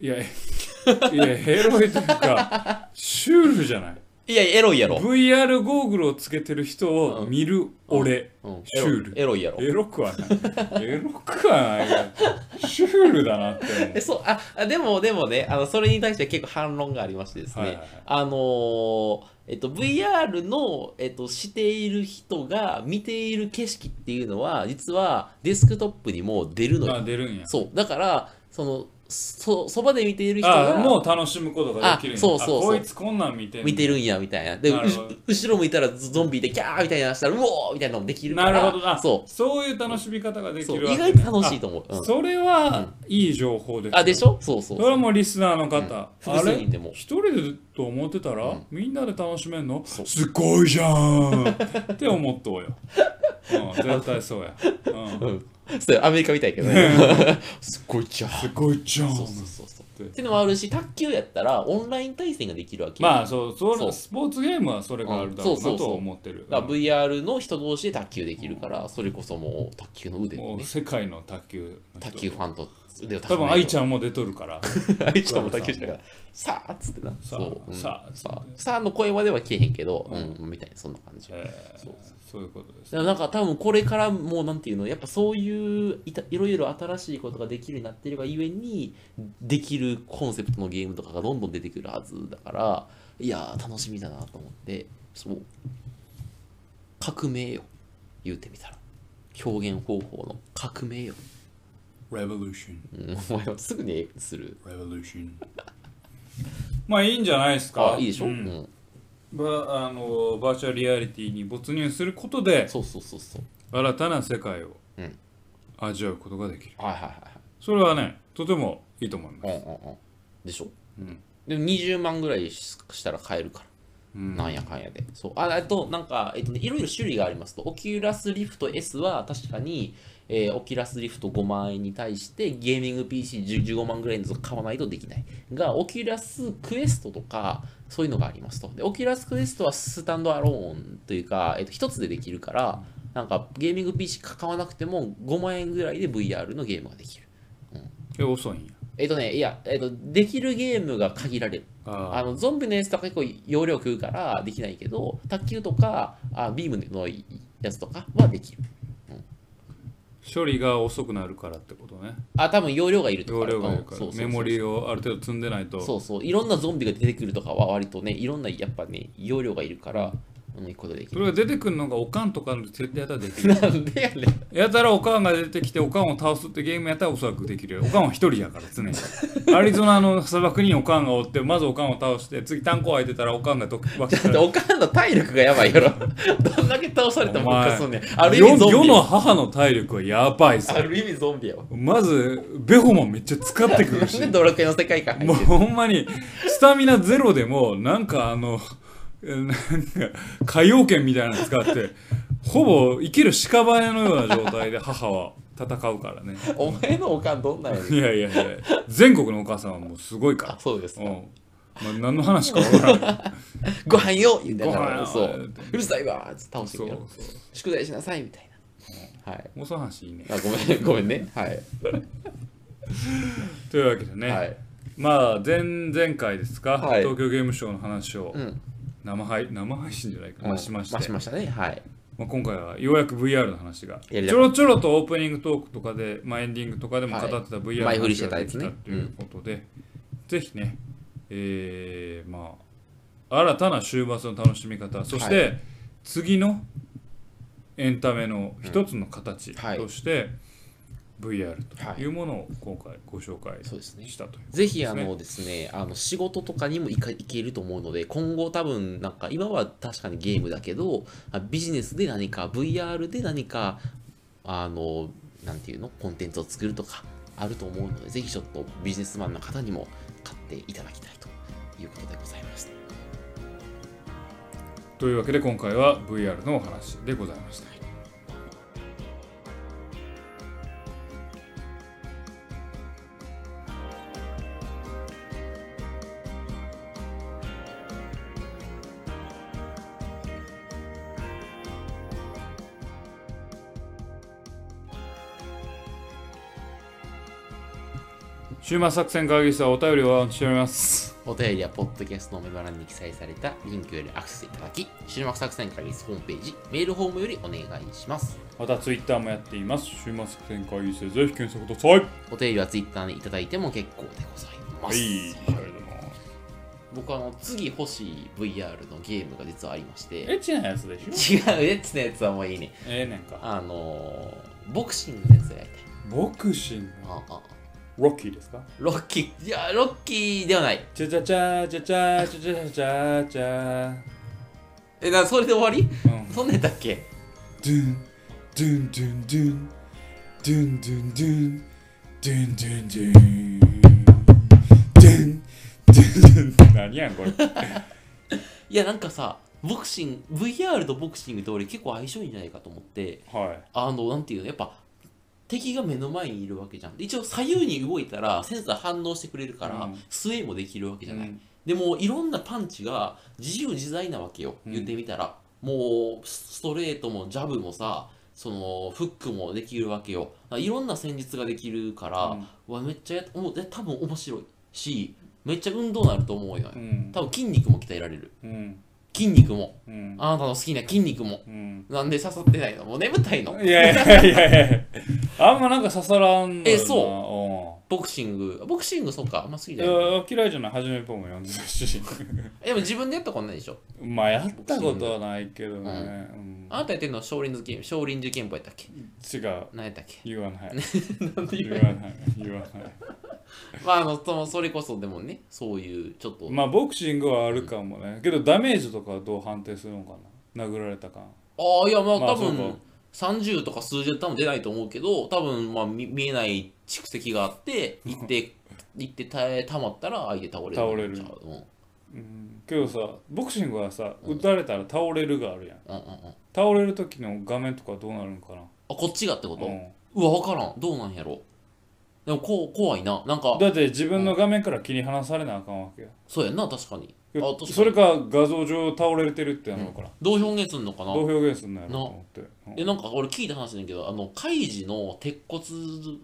[SPEAKER 1] いやいやエロいというかシュールじゃない
[SPEAKER 2] いやエロいやろ
[SPEAKER 1] VR ゴーグルをつけてる人を見る俺
[SPEAKER 2] うん
[SPEAKER 1] シュール
[SPEAKER 2] エロいエロいやろ
[SPEAKER 1] エロくはないエロくはないがシュールだなって思う
[SPEAKER 2] えそうああでもでもねあのそれに対して結構反論がありましてですね、
[SPEAKER 1] はいはいはい
[SPEAKER 2] あのーえっと、VR の、えっと、している人が見ている景色っていうのは実はデスクトップにもう出るの
[SPEAKER 1] あ
[SPEAKER 2] よ
[SPEAKER 1] 出るんや
[SPEAKER 2] そうだからそのそそばで見ている人
[SPEAKER 1] あ
[SPEAKER 2] が
[SPEAKER 1] もう楽しむことができるんや
[SPEAKER 2] あそうそうそ
[SPEAKER 1] あ
[SPEAKER 2] う
[SPEAKER 1] こいつこんなん見てんの
[SPEAKER 2] 見てるんやみたいなでう
[SPEAKER 1] なるほど
[SPEAKER 2] 後ろ向いたらゾンビでキャーみたいなのしたらうおーみたいなのもできるか
[SPEAKER 1] な
[SPEAKER 2] ら
[SPEAKER 1] るほどあ
[SPEAKER 2] そ
[SPEAKER 1] そういう楽しみ方が
[SPEAKER 2] う
[SPEAKER 1] で
[SPEAKER 2] そ
[SPEAKER 1] き
[SPEAKER 2] う
[SPEAKER 1] る
[SPEAKER 2] 意
[SPEAKER 1] わけね
[SPEAKER 2] 外と楽しいと思う
[SPEAKER 1] あ
[SPEAKER 2] うん
[SPEAKER 1] それはいい情報です
[SPEAKER 2] あでしょそうそ
[SPEAKER 1] それ
[SPEAKER 2] うそう
[SPEAKER 1] はもうリスナーの方、
[SPEAKER 2] うん
[SPEAKER 1] あ
[SPEAKER 2] 複数
[SPEAKER 1] れ
[SPEAKER 2] 人でも
[SPEAKER 1] 一人でと思ってたら、
[SPEAKER 2] うん
[SPEAKER 1] みんなで楽しめんの
[SPEAKER 2] そう
[SPEAKER 1] すごいじゃんって思っと
[SPEAKER 2] (laughs)
[SPEAKER 1] うよ、うん、絶対そうや、うん、
[SPEAKER 2] うんそうアメリカみたいけどね (laughs) すごいじゃん
[SPEAKER 1] すごいじゃん
[SPEAKER 2] そうそうそうそう。
[SPEAKER 1] で
[SPEAKER 2] っていうのもあるし、卓球やったらオンライン対戦ができるわけ。
[SPEAKER 1] まあそうそう
[SPEAKER 2] そう
[SPEAKER 1] スポーツゲームはそれがあるだろう
[SPEAKER 2] うんそ
[SPEAKER 1] な
[SPEAKER 2] うそうそ
[SPEAKER 1] と
[SPEAKER 2] う
[SPEAKER 1] は思ってる、
[SPEAKER 2] だから VR の人同士で卓球できるから、それこそもう卓球の腕
[SPEAKER 1] も
[SPEAKER 2] を
[SPEAKER 1] う
[SPEAKER 2] ね、
[SPEAKER 1] 世界の卓球の人
[SPEAKER 2] 卓球ファンと腕を
[SPEAKER 1] 多分愛ち
[SPEAKER 2] ゃ
[SPEAKER 1] ゃんも出とるから
[SPEAKER 2] ん。 (laughs) 愛ちゃんも卓球してから、さあっつってな。
[SPEAKER 1] さあ
[SPEAKER 2] そううん
[SPEAKER 1] さあっつって
[SPEAKER 2] さあさあの声までは消えへんけど、
[SPEAKER 1] う
[SPEAKER 2] うんん、みたいな、そんな感じ。
[SPEAKER 1] えー
[SPEAKER 2] そう
[SPEAKER 1] そういうことです
[SPEAKER 2] だからなんか多分これからもうなんていうのやっぱそういういたいろいろ新しいことができるようになってればゆえにできるコンセプトのゲームとかがどんどん出てくるはずだからいやー楽しみだなと思ってそう革命よ言うてみたら表現方法の革命よ、
[SPEAKER 1] Revolution
[SPEAKER 2] うん、お前はすぐに英語にする
[SPEAKER 1] Revolution (laughs) まあいいんじゃないですか
[SPEAKER 2] あいいでしょ、
[SPEAKER 1] う
[SPEAKER 2] うんん、
[SPEAKER 1] ばあのバーチャルリアリティに没入することで
[SPEAKER 2] そうそうそうそう
[SPEAKER 1] 新たな世界を
[SPEAKER 2] うん
[SPEAKER 1] 味わうことができる
[SPEAKER 2] はいはい
[SPEAKER 1] それはねとてもいいと思いま
[SPEAKER 2] はいはい
[SPEAKER 1] す、
[SPEAKER 2] うんうんうんでし
[SPEAKER 1] う
[SPEAKER 2] ょ
[SPEAKER 1] ん
[SPEAKER 2] でも20万ぐらいししたら買えるから
[SPEAKER 1] うん
[SPEAKER 2] なんやかんやで。そう。あ、あと、なんか、えっとね、いろいろ種類がありますと、オキュラスリフト S は確かに、えーオキュラスリフト5万円に対して、ゲーミング PC15 万ぐらいのやつを買わないとできない。が、オキュラスクエストとか、そういうのがありますと。で、オキュラスクエストはスタンドアローンというか、えっと、一つでできるから、なんか、ゲーミング PC 買わなくても5万円ぐらいで VR のゲームができる。
[SPEAKER 1] え遅いんや
[SPEAKER 2] えっとね、いや、えっと、できるゲームが限られる。
[SPEAKER 1] あ
[SPEAKER 2] あのゾンビのやつとか結構容量食うからできないけど卓球とかあビームのやつとかはできる
[SPEAKER 1] 処理が遅くなるからってことね
[SPEAKER 2] あ多分容量がいるとか
[SPEAKER 1] 容量がいる
[SPEAKER 2] う
[SPEAKER 1] か
[SPEAKER 2] ん
[SPEAKER 1] ら
[SPEAKER 2] そうそうそう
[SPEAKER 1] メモリーをある程度積んでないと
[SPEAKER 2] そうそういろんなゾンビが出てくるとかは割とねいろんなやっぱね容量がいるからうんいくことでき
[SPEAKER 1] そ
[SPEAKER 2] る
[SPEAKER 1] れが
[SPEAKER 2] (laughs)
[SPEAKER 1] 出てくるのがおかんとかの設定やったらできる
[SPEAKER 2] なんでやねん
[SPEAKER 1] やたらおかんが出てきておかんを倒すってゲームやったらおそらくできるよおかんは一人やから常
[SPEAKER 2] (laughs)
[SPEAKER 1] にアリゾナの砂漠におかんがおってまずおかんを倒して次炭鉱空いてたらおかんがどわけ
[SPEAKER 2] だっておかんの体力がやばいやろ (laughs) どんだけ倒されたもんかそうねんある意
[SPEAKER 1] 世
[SPEAKER 2] 味ゾンビ
[SPEAKER 1] 世の母の体力はやばいさ
[SPEAKER 2] (laughs) ある意味ゾンビやわ
[SPEAKER 1] まずベホもめっちゃ使ってく
[SPEAKER 2] な
[SPEAKER 1] るし
[SPEAKER 2] んでドラクエの世界観入
[SPEAKER 1] もう
[SPEAKER 2] ってる
[SPEAKER 1] ほんまにスタミナゼロでもなんかあのなんか海洋圏みたいなの使ってほぼ生きる屍のような状態で母は戦うからね
[SPEAKER 2] お前のおかんどんなんやねん
[SPEAKER 1] いやいやいや全国のお母さんはもうすごい
[SPEAKER 2] あ
[SPEAKER 1] か
[SPEAKER 2] そうです
[SPEAKER 1] ら、うんまあ、何の話か分からない
[SPEAKER 2] ご飯よ言うてだか
[SPEAKER 1] ご飯
[SPEAKER 2] ら
[SPEAKER 1] よ
[SPEAKER 2] そううるさいわーっつって倒して
[SPEAKER 1] そ
[SPEAKER 2] く
[SPEAKER 1] う
[SPEAKER 2] れ
[SPEAKER 1] そう
[SPEAKER 2] よ宿題しなさいみたいなはい
[SPEAKER 1] もうその話いいね
[SPEAKER 2] あごめんごめんね (laughs) はい、
[SPEAKER 1] というわけでね、
[SPEAKER 2] はい
[SPEAKER 1] まあ前々回ですか、
[SPEAKER 2] はい
[SPEAKER 1] 東京ゲームショウの話を
[SPEAKER 2] うん
[SPEAKER 1] 生配生配信じゃないか、まあしまして、
[SPEAKER 2] まあしましたねはい
[SPEAKER 1] まあ、今回はようやく VR の話がち
[SPEAKER 2] やりた
[SPEAKER 1] ょ
[SPEAKER 2] か
[SPEAKER 1] ろちょろとオープニングトークとかで、まあ、エンディングとかでも語
[SPEAKER 2] は
[SPEAKER 1] っ
[SPEAKER 2] い
[SPEAKER 1] てた VR の
[SPEAKER 2] 前振りし
[SPEAKER 1] 話
[SPEAKER 2] てた
[SPEAKER 1] が
[SPEAKER 2] や
[SPEAKER 1] で
[SPEAKER 2] つ
[SPEAKER 1] き
[SPEAKER 2] ね
[SPEAKER 1] たということで、ぜひね、えーまあ、新たな週末の楽しみ方そして、
[SPEAKER 2] は
[SPEAKER 1] 次のエンタメの一つの形として、VR というものを今回ご紹介
[SPEAKER 2] そうですね
[SPEAKER 1] したという、
[SPEAKER 2] ぜひ
[SPEAKER 1] です
[SPEAKER 2] あ
[SPEAKER 1] ね
[SPEAKER 2] のですね、あの仕事とかにもいかいけると思うので、今後多分なんか今は確かにゲームだけど、あビジネスで何か VR で何かあのなんていうのコンテンツを作るとかあると思うので、ぜひちょっとビジネスマンの方にも買っていただきたいということでございます。
[SPEAKER 1] というわけで今回は VR のお話でございました。週末作戦会議室はお便りをお待ちしております。
[SPEAKER 2] お便りはポッドキャストのメモ欄に記載されたリンクよりアクセスいただき、週末作戦会議室ホームページ、メールフォームよりお願いします。
[SPEAKER 1] またツイッターもやっています。週末展開議室でぜひ検索ください。はい。
[SPEAKER 2] お便りはツイッターにいただいても結構でござい
[SPEAKER 1] あ
[SPEAKER 2] ます。
[SPEAKER 1] りがとうございます。
[SPEAKER 2] 僕あの次欲しい VR のゲームが実はありまして違う
[SPEAKER 1] エッチなやつでしょ
[SPEAKER 2] エッチなやつはもういいね
[SPEAKER 1] ええねんか。
[SPEAKER 2] あのー、ボクシングのやつがやりたい
[SPEAKER 1] ボクシング。
[SPEAKER 2] ああ
[SPEAKER 1] ロッキーですか
[SPEAKER 2] ロッキーいやロッキーではない
[SPEAKER 1] チャチャチャチャチャチャチャチャチャ
[SPEAKER 2] えなそれで終わり
[SPEAKER 1] チャ。うん。
[SPEAKER 2] そんなんやったっけ
[SPEAKER 1] ドゥン、ドゥンドゥンドゥン、ドゥンドゥンドゥン、ドゥンドゥンドゥン、ドゥン、ドゥンドゥン。何やんこれ。
[SPEAKER 2] いやなんかさボクシング VR とボクシングって俺結構相性いいんじゃないかと思って
[SPEAKER 1] はい。
[SPEAKER 2] あのなんていうのやっぱ敵が目の前にいるわけじゃん一応左右に動いたらセンサー反応してくれるから、
[SPEAKER 1] うん
[SPEAKER 2] スウェイもできるわけじゃない、
[SPEAKER 1] うん
[SPEAKER 2] でもいろんなパンチが自由自在なわけよ
[SPEAKER 1] うん
[SPEAKER 2] 言ってみたら、もうストレートもジャブもさそのフックもできるわけよいろんな戦術ができるから、
[SPEAKER 1] うん
[SPEAKER 2] うわめっちゃやっおもえ多分面白いしめっちゃ運動になると思うよ、
[SPEAKER 1] うん。
[SPEAKER 2] 多分筋肉も鍛えられる
[SPEAKER 1] うん。
[SPEAKER 2] 筋肉も
[SPEAKER 1] うん。
[SPEAKER 2] あなたの好きな筋肉も
[SPEAKER 1] うん。
[SPEAKER 2] なんで刺さってないのもう眠たいの
[SPEAKER 1] いやいやいやいやあんまなんか刺さらんのよな
[SPEAKER 2] えそう
[SPEAKER 1] うん
[SPEAKER 2] ボクシングボクシングそうかあんま好き
[SPEAKER 1] い
[SPEAKER 2] じゃ
[SPEAKER 1] や
[SPEAKER 2] ない
[SPEAKER 1] 嫌いじゃない初めっぽいも読んでたし
[SPEAKER 2] (laughs) でも自分でやったことないでしょ
[SPEAKER 1] まあやったことはないけどね、うん
[SPEAKER 2] あなたやってるのは少林寺拳少林寺拳法やったっけ
[SPEAKER 1] 違う
[SPEAKER 2] 何やったっけ
[SPEAKER 1] 言わない
[SPEAKER 2] (laughs) なんで
[SPEAKER 1] 言
[SPEAKER 2] 言
[SPEAKER 1] わ
[SPEAKER 2] う
[SPEAKER 1] ない言わない
[SPEAKER 2] (laughs) まあ、あのそのそれこそでもねそういうちょっと、
[SPEAKER 1] まあボクシングはあるかもねけどダメージとかはどう判定するのかな殴られた感
[SPEAKER 2] ああいやまあ
[SPEAKER 1] まあ
[SPEAKER 2] 多分、
[SPEAKER 1] そうか
[SPEAKER 2] 30とか数字は多分出ないと思うけど多分まあみ見えない蓄積があって行って行ってたたまったら相手倒れる
[SPEAKER 1] 倒れる
[SPEAKER 2] ちゃううんうん
[SPEAKER 1] うんけどさボクシングはさ打たれたら倒れるがあるやん
[SPEAKER 2] うんうんあ
[SPEAKER 1] 倒れる時の画面とかどうなるんかな、
[SPEAKER 2] こっちがってこと、う
[SPEAKER 1] う
[SPEAKER 2] わ分からんどうなんやろでもこう怖いななんか
[SPEAKER 1] ん、だって自分の画面から切り離されなあかんわけや
[SPEAKER 2] そうやんな確かにあ確かに
[SPEAKER 1] それか画像上倒れてるってなのから、
[SPEAKER 2] どう表現するのかな
[SPEAKER 1] どう表現すんのやろうと思って、うん
[SPEAKER 2] えなんか俺聞いた話だけどあのカイジの鉄骨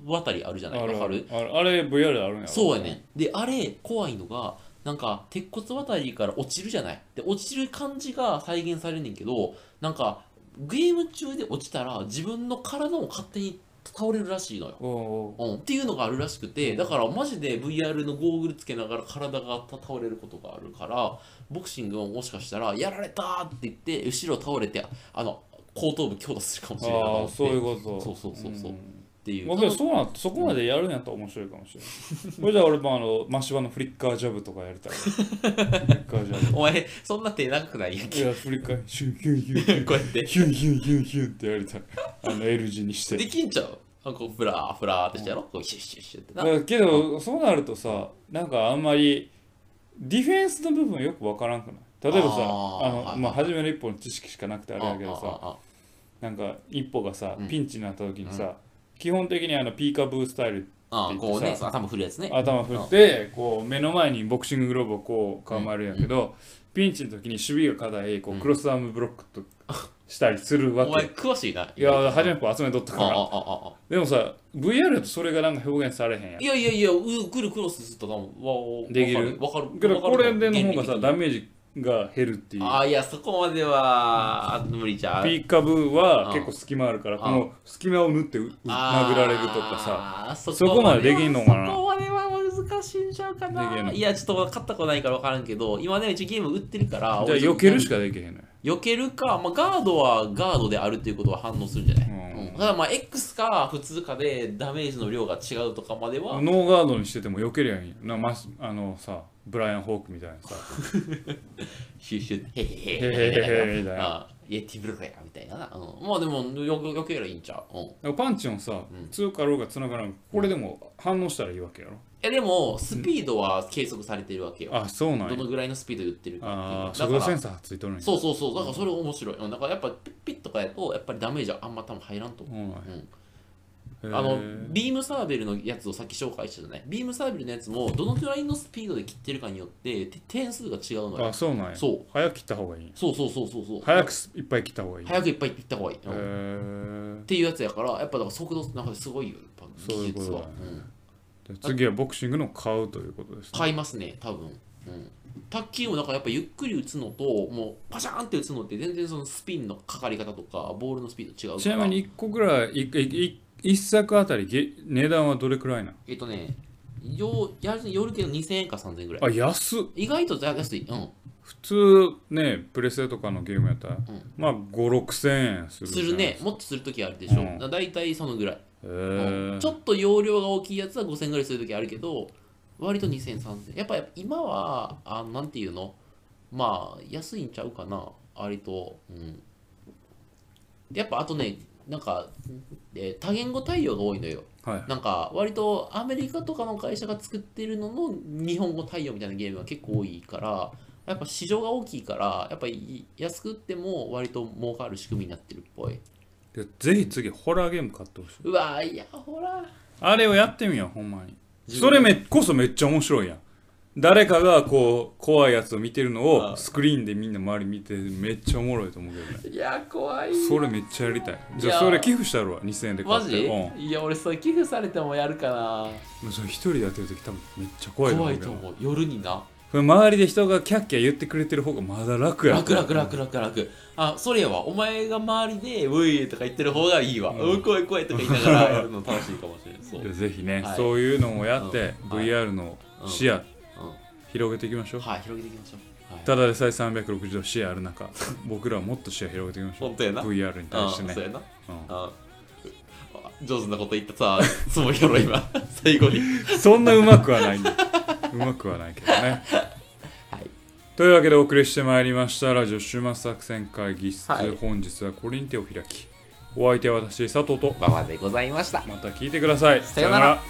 [SPEAKER 2] 渡りあるじゃないわかる
[SPEAKER 1] あるあれ VR であるんやろ
[SPEAKER 2] そうやねんであれ怖いのがなんか鉄骨渡りから落ちるじゃないで落ちる感じが再現されんねんけどなんかゲーム中で落ちたら自分の体も勝手に倒れるらしいのよ。
[SPEAKER 1] おう
[SPEAKER 2] うん、っていうのがあるらしくてだからマジで VR のゴーグルつけながら体が倒れることがあるからボクシングももしかしたら「やられた!」って言って後ろ倒れてあの後頭部強打するかもしれない
[SPEAKER 1] ああそういう
[SPEAKER 2] っ
[SPEAKER 1] こと
[SPEAKER 2] そうそうそうそうんていう
[SPEAKER 1] まあけどそうなんそこまでやるんやったら面白いかもしれないそれじゃあ俺もあのマシュマのフリッカージャブとかやりたいフリッカージャ
[SPEAKER 2] お前そんな手長くないやん (laughs)
[SPEAKER 1] ブ
[SPEAKER 2] け
[SPEAKER 1] いやフリッカーヒュンヒュンヒュンヒュン
[SPEAKER 2] こうやって
[SPEAKER 1] ヒュンヒュンヒュンヒュンってやりたいあの L 字にして
[SPEAKER 2] できんちゃうあこうフラーフラーってしてやろこうシュッシュッシュッってな
[SPEAKER 1] だからけどそうなるとさなんかあんまりディフェンスの部分よくわからんくない例えばさあ
[SPEAKER 2] あー
[SPEAKER 1] の、
[SPEAKER 2] はい
[SPEAKER 1] まあ、初めの一歩の知識しかなくてあれやけど
[SPEAKER 2] あ
[SPEAKER 1] さ
[SPEAKER 2] ああ
[SPEAKER 1] なんか一歩がさ
[SPEAKER 2] うん
[SPEAKER 1] ピンチになった時にさ、基本的にあのピーカブースタイル
[SPEAKER 2] ああこう
[SPEAKER 1] って言っ
[SPEAKER 2] ね
[SPEAKER 1] てさ
[SPEAKER 2] 頭振るやつね
[SPEAKER 1] 頭振ってこう目の前にボクシンググローブをこう構えるんやけど、ピンチの時に守備が硬いこう
[SPEAKER 2] うん
[SPEAKER 1] クロスアームブロックとしたりする
[SPEAKER 2] お
[SPEAKER 1] わ
[SPEAKER 2] 前
[SPEAKER 1] け、
[SPEAKER 2] 詳しいない
[SPEAKER 1] や初めっぽ集めとった
[SPEAKER 2] ああ
[SPEAKER 1] か
[SPEAKER 2] あ
[SPEAKER 1] ら
[SPEAKER 2] ああ
[SPEAKER 1] でもさ VR だとそれがなんか表現されへんやん
[SPEAKER 2] いやいやいやうくるクロスすると多分わお
[SPEAKER 1] できる
[SPEAKER 2] わかるわかる
[SPEAKER 1] けどこれでの方が
[SPEAKER 2] 原
[SPEAKER 1] さ
[SPEAKER 2] 理的に
[SPEAKER 1] ダメージが減るっていう
[SPEAKER 2] ああいやそこまでは無理じゃん
[SPEAKER 1] ピーカブーは結構隙間あるから
[SPEAKER 2] ん
[SPEAKER 1] この隙間を縫ってう
[SPEAKER 2] あー
[SPEAKER 1] 殴られるとかさ
[SPEAKER 2] そ
[SPEAKER 1] そこまでできんのかな
[SPEAKER 2] そこまでは難しいんちゃうか
[SPEAKER 1] できん
[SPEAKER 2] な
[SPEAKER 1] の
[SPEAKER 2] いやちょっと勝ったことないから分からんけど今ねうちゲーム売ってるから
[SPEAKER 1] じゃあ避けるし
[SPEAKER 2] か
[SPEAKER 1] かできへんのよ
[SPEAKER 2] 避けるか、まあ、ガードはガードであるっていうことは反応するんじゃない、
[SPEAKER 1] うん
[SPEAKER 2] うんただまあ X か普通かでダメージの量が違うとかまでは、
[SPEAKER 1] ノーガードにしてても避けりゃいいんやなまあのさブライアン・ホークみたいなさ
[SPEAKER 2] シュッシュッへへ
[SPEAKER 1] へへへへみたいな
[SPEAKER 2] あイエティブルフェアみたいなな、うん、まあでもよくよければいいんちゃう、うん、い
[SPEAKER 1] なんかパンチもさ
[SPEAKER 2] うん
[SPEAKER 1] 強くあろうがつながらんこれでも反応したらいいわけやろ
[SPEAKER 2] やでもスピードは計測されてるわけよ、
[SPEAKER 1] あそうなん
[SPEAKER 2] ど
[SPEAKER 1] や
[SPEAKER 2] のぐらいのスピードで打ってるか
[SPEAKER 1] ああ
[SPEAKER 2] っていう
[SPEAKER 1] 速
[SPEAKER 2] だ
[SPEAKER 1] 度
[SPEAKER 2] か
[SPEAKER 1] セン
[SPEAKER 2] ら
[SPEAKER 1] サーついとるんや
[SPEAKER 2] そうそうそうだからそれ面白い、うん、だからやっぱピッピッとかやとやっぱりダメージはあんま多分入らんと思う、
[SPEAKER 1] うん
[SPEAKER 2] うん、
[SPEAKER 1] へー
[SPEAKER 2] あのビームサーベルのやつをさっき紹介したじゃないビームサーベルのやつもどのくらいのスピードで切ってるかによってて点数が違うのよ
[SPEAKER 1] あそうなんや
[SPEAKER 2] そう
[SPEAKER 1] 早く切った方がいいんや
[SPEAKER 2] そうそうそうそうそう
[SPEAKER 1] 早くすいっぱい切った方がいいへ
[SPEAKER 2] 早くいっぱい切った方がいい、うんっ
[SPEAKER 1] え
[SPEAKER 2] ていうやつやからやっぱだから速度の中ですごいよやっぱ
[SPEAKER 1] そう
[SPEAKER 2] 技
[SPEAKER 1] いうこと
[SPEAKER 2] 術は
[SPEAKER 1] だねで次はボクシングのを買うということですね。
[SPEAKER 2] 買いますね多分、うん、卓球もだからやっぱゆっくり打つのともうパシャーンって打つのって全然そのスピンのかかり方とかボールのスピード違うから
[SPEAKER 1] ちなみに1個ぐらい、いいい一作あたりげ値段はどれくらいなの
[SPEAKER 2] えっとねよやるよるけど2000円か3000円ぐらい
[SPEAKER 1] あ、安っ
[SPEAKER 2] 意外と安いうん
[SPEAKER 1] 普通ね、プレステとかのゲームやったら、
[SPEAKER 2] ん
[SPEAKER 1] まあ5、6千円する。
[SPEAKER 2] するね。もっとするときあるでしょ、
[SPEAKER 1] うん
[SPEAKER 2] だいたいそのぐらい、
[SPEAKER 1] へ
[SPEAKER 2] う
[SPEAKER 1] え
[SPEAKER 2] んちょっと容量が大きいやつは5000円ぐらいするときあるけど割と2000、3000やっぱ今はあなんていうのまあ安いんちゃうかな割とうんやっぱあとねなんか、えー多言語対応が多いのよ
[SPEAKER 1] はい。
[SPEAKER 2] なんか割とアメリカとかの会社が作ってるのの日本語対応みたいなゲームが結構多いからやっぱ市場が大きいからやっぱり安く売っても割と儲かる仕組みになってるっぽい
[SPEAKER 1] でぜひ次、ホラーゲーム買ってほしい。
[SPEAKER 2] うわーいやほら
[SPEAKER 1] あれをやってみよう、ほんまに。
[SPEAKER 2] 自
[SPEAKER 1] そ
[SPEAKER 2] 分
[SPEAKER 1] れめこそめっちゃ面白いやん。誰かがこう、怖いやつを見てるの
[SPEAKER 2] あ
[SPEAKER 1] をスクリーンでみんな周り見て、めっちゃおもろいと思うけどね。
[SPEAKER 2] いや怖い
[SPEAKER 1] それめっちゃやりたい。じ
[SPEAKER 2] い
[SPEAKER 1] ゃ
[SPEAKER 2] や
[SPEAKER 1] あそれ寄付したるわ、2000円で買
[SPEAKER 2] マ
[SPEAKER 1] って。
[SPEAKER 2] ジ、
[SPEAKER 1] うん
[SPEAKER 2] いや俺それ寄付されてもやるかな
[SPEAKER 1] もうそれ一人でやってる時多分めっちゃ怖いと思
[SPEAKER 2] 怖
[SPEAKER 1] う
[SPEAKER 2] い
[SPEAKER 1] け
[SPEAKER 2] と
[SPEAKER 1] ど
[SPEAKER 2] 思う夜にな
[SPEAKER 1] これ周りで人がキャッキャ言ってくれてる方がまだ楽や
[SPEAKER 2] 楽楽楽楽楽あそれやわお前が周りで「うい」とか言ってる方がいいわ
[SPEAKER 1] ん
[SPEAKER 2] 「うん、怖い怖い」とか言いなが (laughs) らやるの楽しいかもしれないそう、
[SPEAKER 1] いやぜひね、
[SPEAKER 2] はい
[SPEAKER 1] そういうのもやって、
[SPEAKER 2] うん
[SPEAKER 1] VR の視野、
[SPEAKER 2] う
[SPEAKER 1] 広げていきましょ
[SPEAKER 2] ん、
[SPEAKER 1] う、
[SPEAKER 2] はい広げていきましょう、はい
[SPEAKER 1] ただでさえ360度視野ある中僕らはもっと視野広げていきましょう
[SPEAKER 2] 本当やな
[SPEAKER 1] VR に対して
[SPEAKER 2] あ
[SPEAKER 1] ね
[SPEAKER 2] そうやな
[SPEAKER 1] うん
[SPEAKER 2] あ上手なこと言ったさ (laughs) つもりやろ今 (laughs) 最後に
[SPEAKER 1] そんなうまくはないうまくはないけどね、
[SPEAKER 2] はい
[SPEAKER 1] というわけでお送りしてまいりましたラジオ週末作戦会議室、
[SPEAKER 2] はい
[SPEAKER 1] 本日はこれに手を開きお相手は私佐藤と
[SPEAKER 2] 馬場でございました
[SPEAKER 1] また聞いてください
[SPEAKER 2] さようなら